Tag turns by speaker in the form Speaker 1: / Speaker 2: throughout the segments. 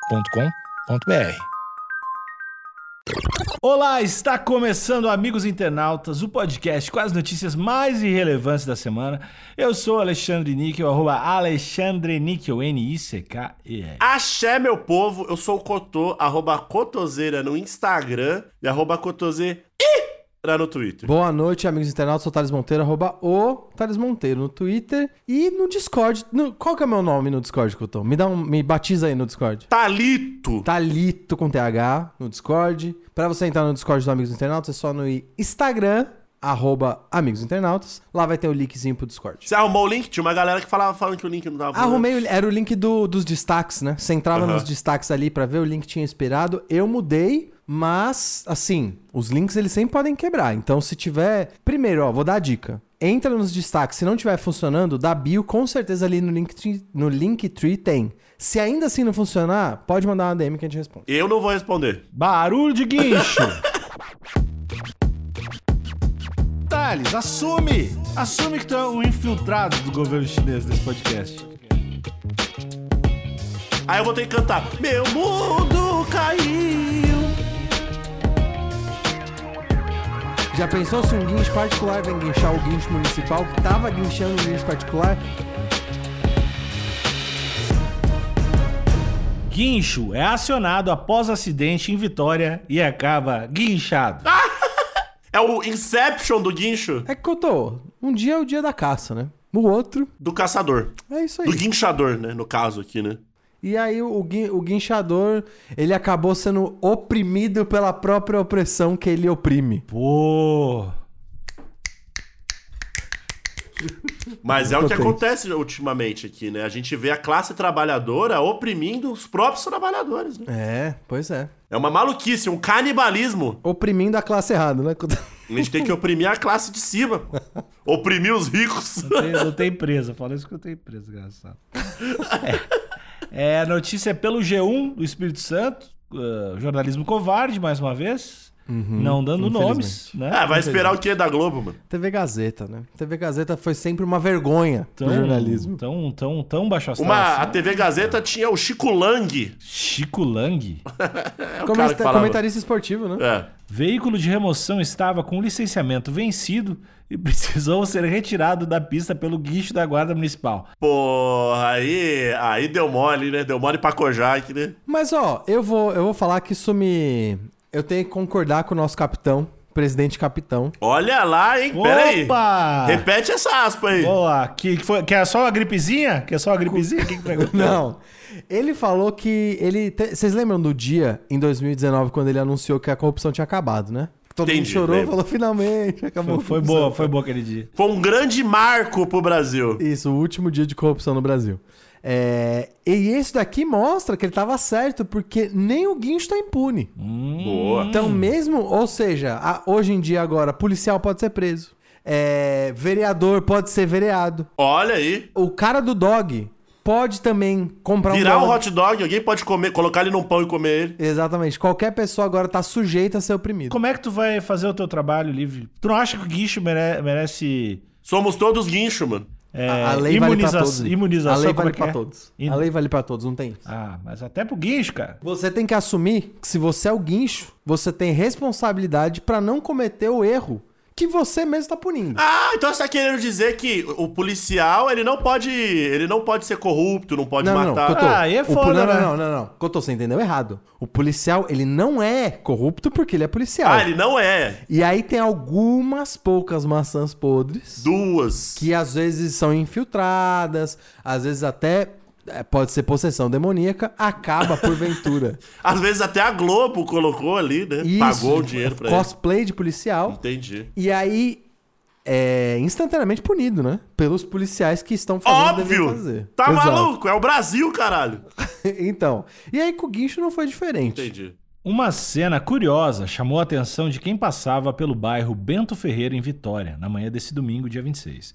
Speaker 1: agenciadepodcast.com.br.
Speaker 2: Olá, está começando, amigos internautas, o podcast com as notícias mais irrelevantes da semana. Eu sou Alexandre Níquel, arroba Alexandre Níquel, N-I-C-K-E-L.
Speaker 3: Axé, meu povo, eu sou o Cotô, arroba Cotoseira no Instagram e arroba Cotoseira no Twitter.
Speaker 4: Boa noite, amigos internautas. Sou o Thales Monteiro, arroba o Thales Monteiro no Twitter e no Discord. No- qual que é o meu nome no Discord, Couto? Me dá um, me batiza aí no Discord.
Speaker 3: Talito!
Speaker 4: Talito com TH no Discord. Pra você entrar no Discord do Amigos Internautas, é só no Instagram, arroba Amigos Internautas. Lá vai ter o linkzinho pro Discord.
Speaker 3: Você arrumou o link? Tinha uma galera que falava falando que o link não tava
Speaker 4: Arrumei, o- era o link do- dos destaques, né? Você entrava
Speaker 3: Aham.
Speaker 4: nos destaques ali pra ver, o link tinha expirado. Eu mudei, mas, assim, os links eles sempre podem quebrar. Então, se tiver. Primeiro, ó, vou dar a dica. Entra nos destaques. Se não tiver funcionando, da bio, com certeza ali no Linktree, no Linktree tem. Se ainda assim não funcionar, pode mandar uma DM que a gente responde.
Speaker 3: Eu não vou responder.
Speaker 2: Barulho de guincho! Thales, assume! Assume que tu é um infiltrado do governo chinês nesse podcast.
Speaker 3: Aí eu vou ter que cantar. Meu mundo caiu!
Speaker 4: Já pensou se um guincho particular vem guinchar o guincho municipal que tava guinchando o guincho particular?
Speaker 2: Guincho é acionado após acidente em Vitória e acaba guinchado.
Speaker 4: Ah!
Speaker 3: É o Inception do guincho
Speaker 4: É que eu tô. Um dia é o dia da caça, né? O outro,
Speaker 3: do caçador.
Speaker 4: é isso aí.
Speaker 3: Do guinchador, né? No caso aqui, né?
Speaker 4: E aí o, gui- o guinchador, ele acabou sendo oprimido pela própria opressão que ele oprime.
Speaker 2: Pô!
Speaker 3: Mas é o que
Speaker 4: Potente.
Speaker 3: acontece ultimamente aqui, né? A gente vê a classe trabalhadora oprimindo os próprios trabalhadores, né?
Speaker 4: É, pois é.
Speaker 3: É uma maluquice, um canibalismo.
Speaker 4: Oprimindo a classe errada, né?
Speaker 3: A gente tem que oprimir a classe de cima. oprimir os ricos.
Speaker 2: Tem- Não tem presa. Fala isso que eu tenho presa, engraçado. É, É, a notícia é pelo G1 do Espírito Santo. ah, jornalismo covarde, mais uma vez.
Speaker 4: Uhum,
Speaker 2: não dando nomes, né?
Speaker 3: Ah, vai esperar o quê da Globo, mano?
Speaker 4: TV Gazeta, né? TV Gazeta foi sempre uma vergonha
Speaker 3: Então,
Speaker 4: do jornalismo.
Speaker 2: Tão, tão, tão baixo astral.
Speaker 3: Uma,
Speaker 2: assim,
Speaker 3: a
Speaker 2: né?
Speaker 3: TV Gazeta tinha o Chico Lang.
Speaker 2: Chico Lang.
Speaker 3: É o
Speaker 4: Comenta-
Speaker 3: cara que falava.
Speaker 4: comentarista esportivo, né?
Speaker 3: É.
Speaker 2: Veículo de remoção estava com licenciamento vencido e precisou ser retirado da pista pelo guincho da Guarda Municipal.
Speaker 3: Porra, aí, aí deu mole, né? Deu mole pra Kojak, né?
Speaker 4: Mas ó, eu vou, eu vou falar que isso me. Eu tenho que concordar com o nosso capitão, presidente capitão.
Speaker 3: Olha lá, hein? Pera aí.
Speaker 2: Opa!
Speaker 3: Repete essa aspa aí.
Speaker 2: Boa! Que, que, foi, que é só uma gripezinha? Que é só uma gripezinha? Que que pegou?
Speaker 4: Não. Ele falou que ele. te- Vocês lembram do dia em 2019 quando ele anunciou que a corrupção tinha acabado, né? Todo mundo
Speaker 3: Entendi,
Speaker 4: chorou,
Speaker 3: lembro.
Speaker 4: falou finalmente, acabou. a
Speaker 2: Foi, foi
Speaker 4: corrupção."
Speaker 2: boa, foi boa aquele dia.
Speaker 3: Foi um grande marco pro Brasil.
Speaker 4: Isso, o último dia de corrupção no Brasil. É, e esse daqui mostra que ele tava certo, porque nem o guincho tá impune.
Speaker 2: Hum.
Speaker 3: Boa.
Speaker 4: Então, mesmo, ou seja, a- hoje em dia agora, policial pode ser preso, é, vereador pode ser vereado,
Speaker 3: Olha aí.
Speaker 4: o cara do dog pode também comprar
Speaker 3: Virar
Speaker 4: um
Speaker 3: um
Speaker 4: dog.
Speaker 3: hot dog, alguém pode comer, colocar ele num pão e comer ele.
Speaker 4: Exatamente. Qualquer pessoa agora tá sujeita a ser oprimida.
Speaker 2: Como é que tu vai fazer o teu trabalho livre? Tu não acha que o guincho mere- merece
Speaker 3: Somos todos guincho, mano.
Speaker 2: é,
Speaker 4: a, a lei
Speaker 2: imuniza-
Speaker 4: vale pra todos. né?
Speaker 2: imunização?
Speaker 4: a lei
Speaker 2: como
Speaker 4: vale
Speaker 2: é que
Speaker 4: pra
Speaker 2: é?
Speaker 4: todos.
Speaker 2: In-
Speaker 4: A lei vale pra todos, não tem isso.
Speaker 2: Ah, mas até pro guincho, cara.
Speaker 4: Você tem que assumir que se você é o guincho, você tem responsabilidade pra não cometer o erro que você mesmo tá punindo.
Speaker 3: Ah, então você tá querendo dizer que o policial, ele não pode. Ele não pode ser corrupto, não pode
Speaker 4: não, não, não,
Speaker 3: matar.
Speaker 4: Cotô,
Speaker 2: Ah, aí é
Speaker 4: o pu-
Speaker 2: foda,
Speaker 4: não,
Speaker 2: né?
Speaker 4: não, não, não, não. Cotô, você entendeu errado. O policial, ele não é corrupto porque ele é policial.
Speaker 3: Ah, ele não é.
Speaker 4: E aí tem algumas poucas maçãs podres
Speaker 3: Duas.
Speaker 4: que às vezes são infiltradas, às vezes até eh, pode ser possessão demoníaca, acaba porventura.
Speaker 3: Às vezes até a Globo colocou ali, né?
Speaker 4: Isso,
Speaker 3: Pagou o dinheiro pra
Speaker 4: Cosplay de policial.
Speaker 3: ele. Entendi.
Speaker 4: E aí é instantaneamente punido, né? Pelos policiais que estão fazendo o que devem fazer.
Speaker 3: Óbvio! Tá
Speaker 4: Exato.
Speaker 3: maluco? É o Brasil, caralho.
Speaker 4: então, e aí com o guincho não foi diferente.
Speaker 3: Entendi.
Speaker 2: Uma cena curiosa chamou a atenção de quem passava pelo bairro Bento Ferreira, em Vitória, na manhã desse domingo, dia 26.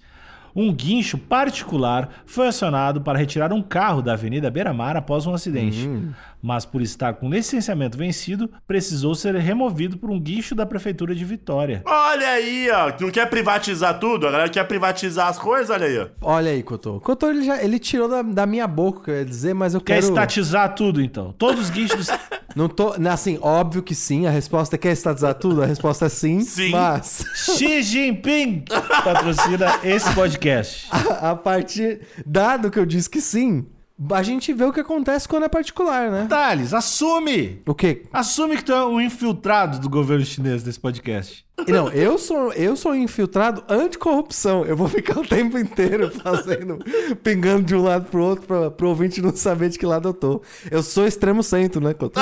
Speaker 2: um guincho particular foi acionado para retirar um carro da Avenida Beira Mar após um acidente.
Speaker 4: Hum.
Speaker 2: Mas, por estar com licenciamento vencido, precisou ser removido por um guincho da Prefeitura de Vitória.
Speaker 3: Olha aí, ó. Não quer privatizar tudo? A galera quer privatizar as coisas, olha aí, ó.
Speaker 4: Olha aí, Cotô. Cotô, ele, já, ele tirou da, da minha boca, que eu ia dizer, mas eu
Speaker 2: Quer
Speaker 4: quero...
Speaker 2: estatizar tudo, então. Todos os guinchos.
Speaker 4: Não tô... Assim, óbvio que sim. A resposta é quer estatizar tudo? A resposta é sim.
Speaker 3: Sim.
Speaker 4: Mas...
Speaker 2: Xi Jinping patrocina esse podcast.
Speaker 4: a partir... Dado que eu disse que sim, a gente vê o que acontece quando é particular, né?
Speaker 2: Thales, assume!
Speaker 4: O quê?
Speaker 2: Assume que tu é um infiltrado do governo chinês desse podcast.
Speaker 4: Não, eu sou, eu sou infiltrado anticorrupção. Eu vou ficar o tempo inteiro fazendo, pingando de um lado pro outro, pra, pro ouvinte não saber de que lado eu tô. Eu sou extremo centro, né? Cotô?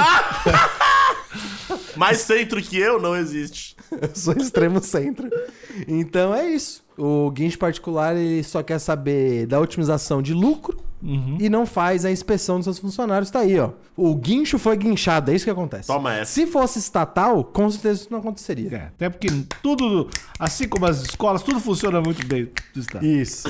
Speaker 3: Mais centro que eu não existe.
Speaker 4: Eu sou extremo centro. Então é isso. O guincho particular, ele só quer saber da otimização de lucro e não faz a inspeção dos seus funcionários. Tá aí, ó. O guincho foi guinchado, é isso que acontece.
Speaker 3: Toma essa.
Speaker 4: Se fosse estatal, com certeza isso não aconteceria.
Speaker 2: É, até porque tudo, assim como as escolas, tudo funciona muito bem. do Estado.
Speaker 4: Isso.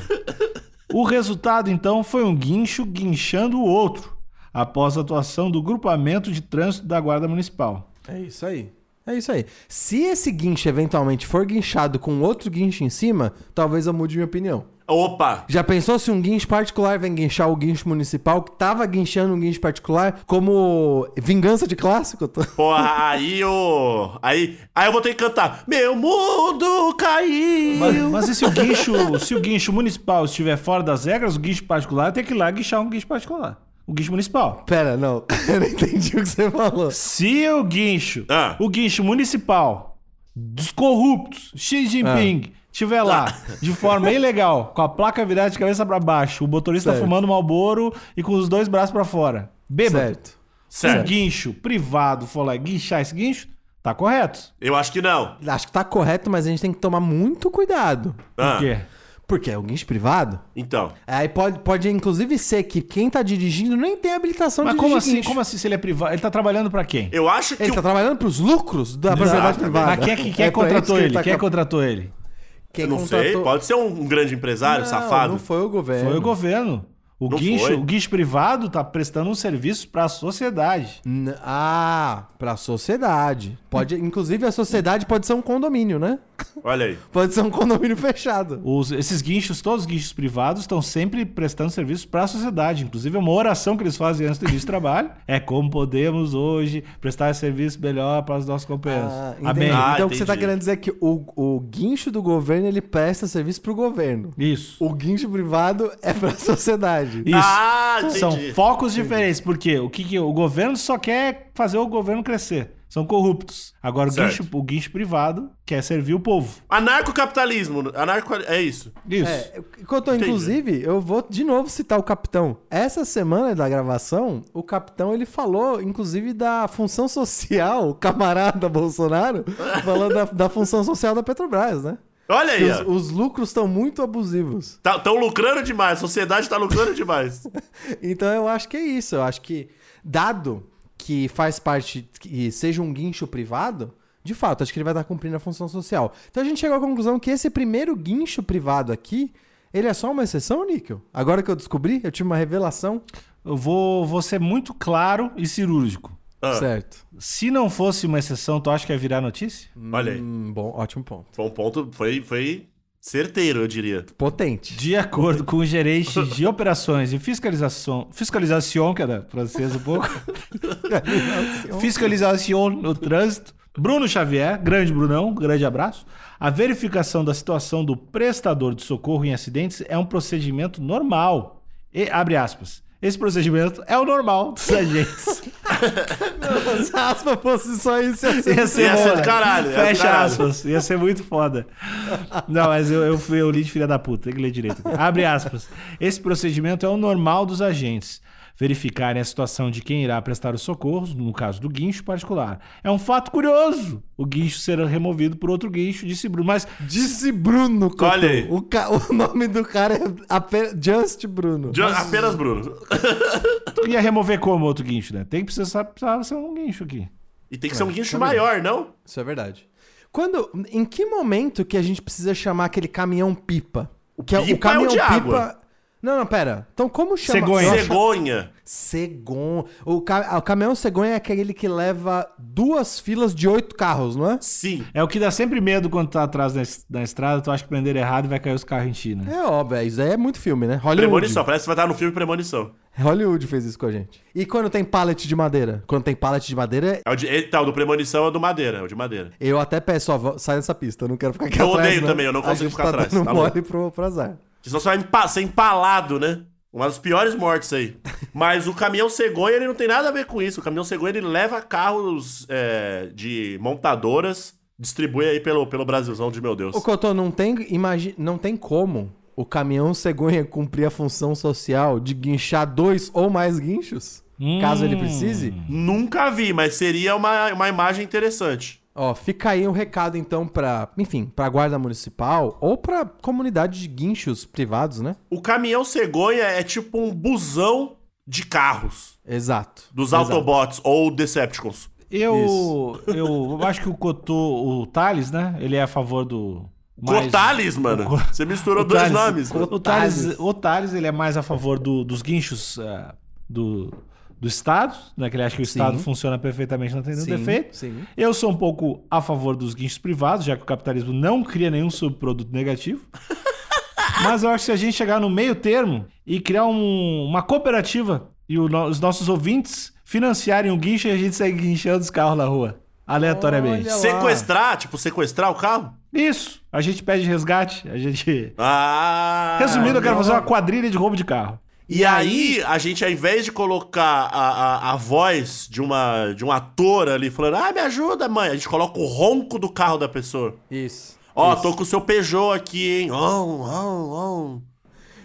Speaker 2: O resultado, então, foi um guincho guinchando o outro, após a atuação do grupamento de trânsito da Guarda Municipal.
Speaker 4: É isso aí. É isso aí. Se esse guincho eventualmente for guinchado com outro guincho em cima, talvez eu mude minha opinião.
Speaker 3: Opa!
Speaker 4: Já pensou se um guincho particular vem guinchar o guincho municipal que tava guinchando um guincho particular como vingança de clássico? Tô-
Speaker 3: Porra, aí, ô. Aí, aí eu vou ter que cantar. Meu mundo caiu!
Speaker 2: Mas, mas e se o guincho, se o guincho municipal estiver fora das regras, o guincho particular tem que ir lá guinchar um guincho particular. O guincho municipal.
Speaker 4: Pera, não. Eu não entendi o que você falou.
Speaker 2: Se o guincho,
Speaker 3: Ah.
Speaker 2: o guincho municipal dos corruptos, Xi Jinping,
Speaker 4: Ah.
Speaker 2: estiver lá
Speaker 3: Ah.
Speaker 2: de forma ilegal, com a placa virada de cabeça pra baixo, o motorista
Speaker 4: Certo.
Speaker 2: fumando malboro e com os dois braços pra fora, bêbado,
Speaker 4: Certo.
Speaker 2: se um
Speaker 3: Certo.
Speaker 2: guincho privado for lá guinchar esse guincho, tá correto.
Speaker 3: Eu acho que não.
Speaker 4: Acho que tá correto, mas a gente tem que tomar muito cuidado.
Speaker 3: Ah,
Speaker 2: Por quê?
Speaker 4: Porque é um guincho privado.
Speaker 3: Então.
Speaker 4: Aí pode, pode inclusive ser que quem tá dirigindo nem tem habilitação
Speaker 2: Mas
Speaker 4: de
Speaker 2: como
Speaker 4: dirigir
Speaker 2: assim?
Speaker 4: guincho.
Speaker 2: Como assim se ele é privado? Ele tá trabalhando pra quem?
Speaker 3: Eu acho que.
Speaker 4: Ele
Speaker 3: o-
Speaker 4: tá trabalhando pros lucros da propriedade privada.
Speaker 2: Mas quem é que quem
Speaker 4: É pra isso
Speaker 2: contratou
Speaker 4: que
Speaker 2: ele?
Speaker 4: tá
Speaker 2: Quem
Speaker 4: cap-
Speaker 2: contratou ele?
Speaker 4: quem
Speaker 3: Não sei,
Speaker 4: contratou-
Speaker 3: pode ser um grande empresário,
Speaker 4: Não,
Speaker 3: safado.
Speaker 4: Não foi o governo.
Speaker 2: Foi o governo. O
Speaker 3: Não
Speaker 2: guincho,
Speaker 3: foi.
Speaker 2: o guincho privado tá prestando um serviço pra sociedade.
Speaker 4: N- Ah, pra sociedade. Pode, inclusive a sociedade pode ser um condomínio, né?
Speaker 3: Olha aí.
Speaker 4: Pode ser um condomínio fechado.
Speaker 2: Os- esses guinchos, todos os guinchos privados, estão sempre prestando serviço para a sociedade. Inclusive, é uma oração que eles fazem antes do início do trabalho. É como podemos hoje prestar serviço melhor para os nossos companheiros.
Speaker 4: Ah, entendi.
Speaker 2: Amém.
Speaker 3: Ah,
Speaker 4: então o que você tá
Speaker 3: entendi.
Speaker 4: querendo dizer é que o, o guincho do governo ele presta serviço pro governo.
Speaker 2: Isso.
Speaker 4: O guincho privado é pra sociedade.
Speaker 2: Isso.
Speaker 3: Ah, entendi.
Speaker 2: São focos diferentes, porque o que, que- o governo só quer fazer o governo crescer. São corruptos. Agora o
Speaker 3: Certo.
Speaker 2: guincho, o guincho privado quer servir o povo.
Speaker 3: Anarcocapitalismo. Anarco... É isso.
Speaker 2: Isso.
Speaker 4: É, enquanto,
Speaker 3: Entendi.
Speaker 4: inclusive, eu vou de novo citar o capitão. Essa semana da gravação, o capitão ele falou, inclusive, da função social, o camarada Bolsonaro, falando da, da função social da Petrobras, né?
Speaker 3: Olha
Speaker 4: Que
Speaker 3: aí,
Speaker 4: os,
Speaker 3: ó.
Speaker 4: os lucros estão muito abusivos.
Speaker 3: Tá- Tão lucrando demais, a sociedade tá lucrando demais.
Speaker 4: Então eu acho que é isso. Eu acho que, dado que faz parte, que seja um guincho privado, de fato, acho que ele vai estar cumprindo a função social. Então a gente chegou à conclusão que esse primeiro guincho privado aqui, ele é só uma exceção, Níquel? Agora que eu descobri, eu tive uma revelação.
Speaker 2: Eu vou, vou ser muito claro e cirúrgico.
Speaker 3: Ah,
Speaker 4: Certo.
Speaker 2: Se não fosse uma exceção, tu acha que ia virar notícia?
Speaker 3: Olha aí.
Speaker 4: Hum, bom, ótimo ponto.
Speaker 3: Foi um ponto. Foi, foi certeiro, eu diria.
Speaker 4: Potente.
Speaker 2: De acordo com o gerente de operações e fiscalização, fiscalização, que era francês um pouco, Então- fiscalização no trânsito, Bruno Xavier, grande Brunão, grande abraço. A verificação da situação do prestador de socorro em acidentes é um procedimento normal. E, abre aspas. Esse procedimento é o normal dos agentes.
Speaker 4: Se a aspa fosse só isso, ia ser-
Speaker 2: Ia ser,
Speaker 3: Ia ser
Speaker 2: foda.
Speaker 3: do caralho, ia ser do
Speaker 2: Fecha
Speaker 3: caralho.
Speaker 2: aspas. Ia ser muito foda. Não, mas eu, eu, fui, eu li de filha da puta. Tem que ler direito. aqui. Abre aspas. Esse procedimento é o normal dos agentes. Verificarem a situação de quem irá prestar os socorros, no caso do guincho particular. É um fato curioso o guincho ser removido por outro guincho, disse Bruno. Mas
Speaker 4: Disse Bruno, Cotô.
Speaker 3: Olha aí.
Speaker 4: O, ca- o nome do cara é apenas... Just Bruno.
Speaker 3: Jo- Apenas Bruno.
Speaker 2: tu ia remover como outro guincho, né? Tem que precisar, precisava ser um guincho aqui.
Speaker 3: E tem que ser um guincho maior, não?
Speaker 4: Isso é verdade. Quando, em que momento que a gente precisa chamar aquele caminhão pipa?
Speaker 3: O
Speaker 4: Que é, o
Speaker 3: pipa é o
Speaker 4: caminhão
Speaker 3: de água.
Speaker 4: pipa. Não, não, pera. Então como chama?
Speaker 2: Cegonha.
Speaker 4: Eu acho-
Speaker 3: Cegonha.
Speaker 4: Cegon. O, ca- o caminhão cegonha é aquele que leva duas filas de oito carros, não é?
Speaker 3: Sim.
Speaker 2: É o que dá sempre medo quando tá atrás da, es- da estrada, tu acha que prenderam errado e vai cair os carros em ti, né?
Speaker 4: É óbvio, é, isso aí é muito filme, né? Hollywood.
Speaker 3: Premonição. Parece que vai estar no filme Premonição.
Speaker 4: Hollywood fez isso com a gente. E quando tem pallet de madeira? Quando tem pallet de madeira,
Speaker 3: É o de, é, tá, o do Premonição é o do Madeira. É o de Madeira.
Speaker 4: eu até peço, ó, vo- sai dessa pista, eu não quero ficar aqui
Speaker 3: Eu
Speaker 4: atrás,
Speaker 3: odeio também, eu não
Speaker 4: A
Speaker 3: consigo
Speaker 4: gente
Speaker 3: ficar
Speaker 4: tá
Speaker 3: atrás,
Speaker 4: Dando
Speaker 3: tá bom.
Speaker 4: mole pro, pro azar.
Speaker 3: Senão você vai empa- ser empalado, né? Uma das piores mortes aí. Mas o caminhão cegonha, ele não tem nada a ver com isso. O caminhão cegonha, ele leva carros é, de montadoras, distribui aí pelo, pelo Brasilzão de meu Deus.
Speaker 4: Ô, Cotô, não tem, imagi... não tem como o caminhão cegonha cumprir a função social de guinchar dois ou mais guinchos, caso
Speaker 2: Hum.
Speaker 4: ele precise?
Speaker 3: Nunca vi, mas seria uma, uma imagem interessante.
Speaker 4: Ó, fica aí um recado então pra, enfim, pra guarda municipal ou pra comunidade de guinchos privados, né?
Speaker 3: O caminhão cegonha é tipo um busão de carros.
Speaker 4: Exato.
Speaker 3: Dos
Speaker 4: Exato.
Speaker 3: Autobots ou Decepticons.
Speaker 2: Eu, eu acho que o Cotô, o Thales, né? Ele é a favor do. mais-
Speaker 3: Cotales, mano.
Speaker 2: Co-
Speaker 3: Você misturou dois nomes.
Speaker 2: Thales- O Thales, o Thales, ele é mais a favor do- dos guinchos ah, do, do Estado, né? Que ele acha que o
Speaker 4: Sim.
Speaker 2: Estado funciona perfeitamente, não tem nenhum
Speaker 4: Sim,
Speaker 2: defeito.
Speaker 4: Sim.
Speaker 2: Eu sou um pouco a favor dos guinchos privados, já que o capitalismo não cria nenhum subproduto negativo. Mas eu acho que se a gente chegar no meio termo e criar um- uma cooperativa e o no- os nossos ouvintes financiarem o guincho e a gente sair guinchando os carros na rua, aleatoriamente.
Speaker 4: Olha lá.
Speaker 3: Sequestrar, tipo, sequestrar o carro?
Speaker 2: Isso! A gente pede resgate, a gente.
Speaker 3: Ah!
Speaker 2: Resumindo, eu quero fazer uma quadrilha de roubo de carro.
Speaker 3: E aí, a gente, ao invés de colocar a, a, a voz de uma de um ator ali falando, ah, me ajuda, mãe, a gente coloca o ronco do carro da pessoa.
Speaker 4: Isso.
Speaker 3: Ó, tô com o seu Peugeot aqui, hein? Oh, oh, oh. O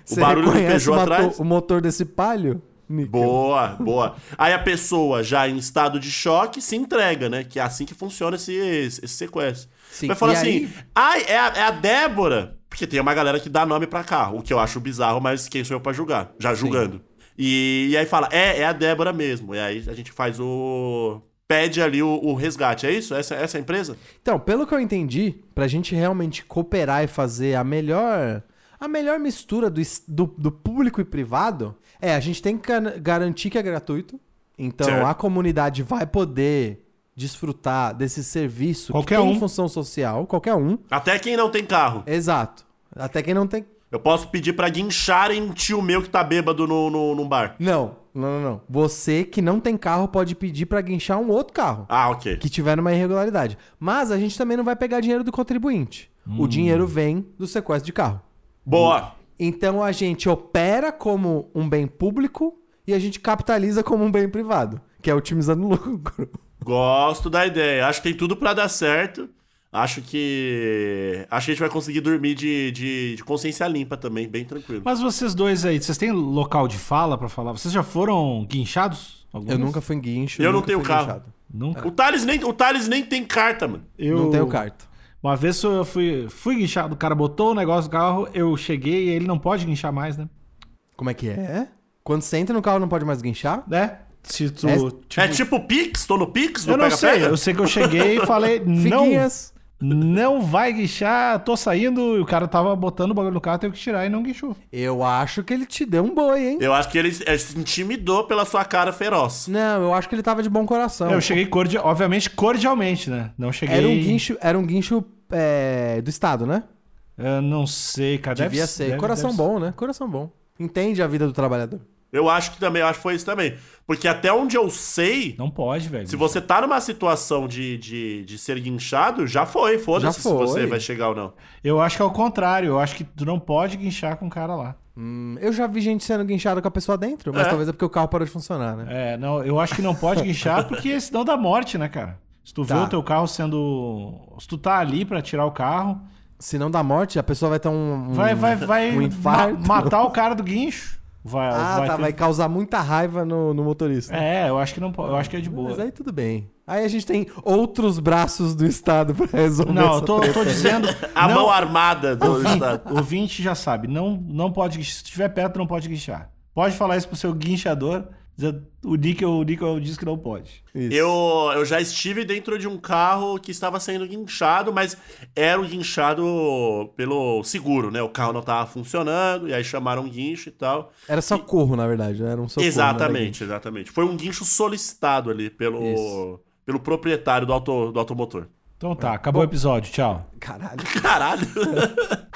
Speaker 4: Você
Speaker 3: barulho do
Speaker 4: reconhece
Speaker 3: Peugeot
Speaker 4: o motor-
Speaker 3: atrás?
Speaker 4: o motor desse palio? Níquel?
Speaker 3: Boa, boa. Aí a pessoa, já em estado de choque, se entrega, né? Que é assim que funciona esse, esse sequestro.
Speaker 4: Sim,
Speaker 3: Vai falar
Speaker 4: e
Speaker 3: assim,
Speaker 4: aí-
Speaker 3: ai, é a, é a Débora. Porque tem uma galera que dá nome pra carro, o que eu acho bizarro, mas quem sou eu pra julgar? Já julgando. E, e aí fala, é, é a Débora mesmo. E aí a gente faz o... Pede ali o, o resgate, é isso? Essa, essa é a empresa?
Speaker 4: Então, pelo que eu entendi, pra gente realmente cooperar e fazer a melhor a melhor mistura do, es- do, do público e privado, é, a gente tem que gar- garantir que é gratuito. Então,
Speaker 3: Certo.
Speaker 4: a comunidade vai poder desfrutar desse serviço
Speaker 2: Qualquer
Speaker 4: que tem
Speaker 2: um.
Speaker 4: função social, qualquer um.
Speaker 3: Até quem não tem carro.
Speaker 4: Exato. Até quem não tem.
Speaker 3: Eu posso pedir pra guincharem um tio meu que tá bêbado no, no, num bar.
Speaker 4: Não, não, não, não. Você que não tem carro pode pedir pra guinchar um outro carro.
Speaker 3: Ah, ok.
Speaker 4: que tiver numa irregularidade. Mas a gente também não vai pegar dinheiro do contribuinte. O
Speaker 2: Hum.
Speaker 4: dinheiro vem do sequestro de carro.
Speaker 3: Boa.
Speaker 4: Então a gente opera como um bem público e a gente capitaliza como um bem privado, que é otimizando o lucro.
Speaker 3: Gosto da ideia. Acho que tem tudo pra dar certo. Acho que. Acho que a gente vai conseguir dormir de, de, de consciência limpa também, bem tranquilo.
Speaker 2: Mas vocês dois aí, vocês têm local de fala pra falar? Vocês já foram guinchados? Alguma
Speaker 4: Eu
Speaker 2: vez?
Speaker 4: nunca fui em guincho.
Speaker 3: Eu não
Speaker 4: nunca
Speaker 3: tenho
Speaker 4: fui
Speaker 3: carro.
Speaker 4: guinchado.
Speaker 2: Nunca.
Speaker 3: O Thales, nem, o Thales nem tem carta, mano.
Speaker 2: Eu
Speaker 4: Não tenho carta.
Speaker 2: Uma vez eu fui, fui guinchado, o cara botou o negócio do carro, eu cheguei e ele não pode guinchar mais, né?
Speaker 4: Como é que é? Quando você entra no carro não pode mais guinchar?
Speaker 2: Né? Se tu.
Speaker 4: É-
Speaker 2: tipo,
Speaker 3: É tipo Pix? Tô no Pix?
Speaker 2: eu
Speaker 3: do
Speaker 2: não sei,
Speaker 3: pega-pega?
Speaker 2: eu sei que eu cheguei e falei, não,
Speaker 4: Figuinhas.
Speaker 2: não vai guinchar, tô saindo, e o cara tava botando o bagulho no carro, teve que tirar e não guinchou.
Speaker 4: Eu acho que ele te deu um boi, hein?
Speaker 3: Eu acho que ele eh, se intimidou pela sua cara feroz.
Speaker 4: Não, eu acho que ele tava de bom coração.
Speaker 2: Eu cheguei cordial, obviamente cordialmente, né? Não cheguei.
Speaker 4: Era um guincho, era um guincho é, do estado, né?
Speaker 2: Eu Ah, não sei, cara. deve-
Speaker 4: Devia ser.
Speaker 2: deve-
Speaker 4: Coração
Speaker 2: deve-
Speaker 4: bom, né? Coração bom. Entende a vida do trabalhador.
Speaker 3: Eu acho que também, eu acho que foi isso também. Porque até onde eu sei,
Speaker 2: Não pode, velho.
Speaker 3: se você tá numa situação de, de, de ser guinchado, já foi, foda-se se
Speaker 4: Já foi.
Speaker 3: você vai chegar ou não.
Speaker 2: Eu acho que é o contrário. Eu acho que tu não pode guinchar com o cara lá.
Speaker 4: Hum, eu já vi gente sendo guinchada com a pessoa dentro, mas
Speaker 3: É.
Speaker 4: talvez é porque o carro parou de funcionar, né?
Speaker 2: É, não, eu acho que não pode guinchar porque senão dá morte, né, cara? Se tu vê
Speaker 4: Tá.
Speaker 2: o teu carro sendo. Se tu tá ali pra tirar o carro,
Speaker 4: Se não dá morte, a pessoa vai ter um. um-
Speaker 2: vai, vai, vai
Speaker 4: um infarto.
Speaker 2: ma- matar o cara do guincho. Vai,
Speaker 4: Ah,
Speaker 2: vai
Speaker 4: tá.
Speaker 2: ter-
Speaker 4: Vai causar muita raiva no, no motorista.
Speaker 2: É, eu acho que não pode. Eu acho que é de
Speaker 4: Mas
Speaker 2: boa.
Speaker 4: aí tudo bem. Aí a gente tem outros braços do Estado pra resolver.
Speaker 2: Não, eu
Speaker 4: essa
Speaker 2: tô,
Speaker 4: treta.
Speaker 2: tô dizendo.
Speaker 3: A
Speaker 2: não,
Speaker 3: mão armada do Estado.
Speaker 2: O ouvinte já sabe, não, não pode guinchar. Se estiver perto, não pode guinchar. Pode falar isso pro seu guinchador. O Nickel, o Nickel diz que não pode.
Speaker 4: Isso.
Speaker 3: Eu, eu já estive dentro de um carro que estava sendo guinchado, mas era o guinchado pelo seguro, né? O carro não estava funcionando, e aí chamaram um guincho e tal.
Speaker 4: Era socorro, na verdade, né? Era um socorro. não era
Speaker 3: exatamente, exatamente. Foi um guincho solicitado ali pelo,
Speaker 4: Isso.
Speaker 3: pelo proprietário do, auto, do automotor.
Speaker 2: Então tá, acabou o episódio, tchau.
Speaker 4: guincho. Caralho.
Speaker 3: Caralho!